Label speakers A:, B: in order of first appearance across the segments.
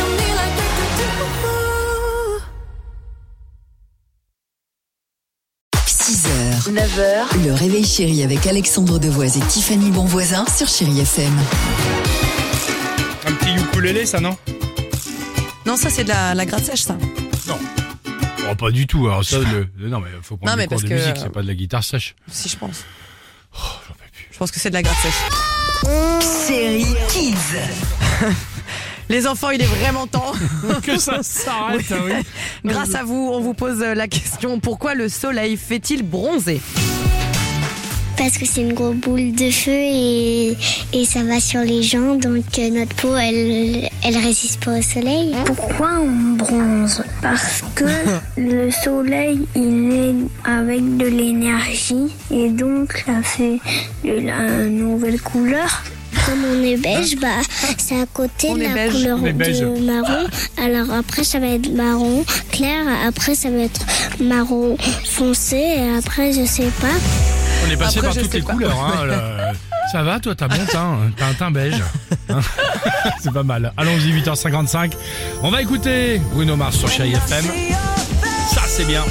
A: on me like we could do.
B: 6h, 9h, le réveil chéri avec Alexandre Devoise et Tiffany Bonvoisin sur Chérie FM.
C: Un petit ukulélé, ça, non
D: Non, ça, c'est de la, la gratte sèche, ça.
C: Oh, pas du tout. Alors, ça, le... le- non, mais faut prendre
D: Non, Ah, mais
C: des cours
D: parce
C: de
D: que- euh,
C: musique, Oh, c'est pas de la guitare sèche.
D: Si, je pense. Je pense que c'est de la gratte sèche.
B: Série Kids.
D: Les enfants, il est vraiment temps.
C: Que ça s'arrête, hein,
D: Grâce à vous, on vous pose euh, la question pourquoi le soleil fait-il bronzer
E: Parce que c'est une grosse boule de feu et, et ça va sur les gens, donc euh, notre peau, elle, elle résiste pas au soleil.
F: Pourquoi on bronze Parce que le soleil, il est avec de l'énergie et donc ça fait de la nouvelle couleur.
E: Comme on est beige, bah, c'est à côté
D: On
E: de
D: est
E: la
D: beige.
E: couleur
C: On est beige.
E: de marron. Alors après, ça va être marron clair, après, ça va être marron foncé, et après, je sais pas.
C: On est passé
D: Après,
C: par
D: je
C: toutes
D: sais
C: les
D: pas.
C: couleurs. Hein, là. Ça va, toi, t'as bien teint. hein. T'as un teint beige. Hein c'est pas mal. Allons-y, 8h55. On va écouter Bruno Mars sur Chérie FM. Ça, c'est bien.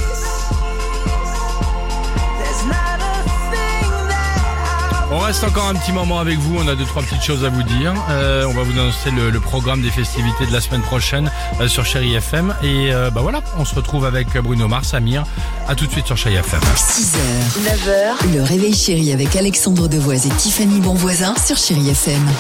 C: On reste encore un petit moment avec vous. On a deux, trois petites choses à vous dire. Euh, on va vous annoncer le, le programme des festivités de la semaine prochaine euh, sur Chérie FM. Et euh, bah voilà, on se retrouve avec Bruno Mars, Amir. À tout de suite sur Chérie FM.
B: 6h, 9h, le réveil chéri avec Alexandre Devoise et Tiffany Bonvoisin sur Chérie FM.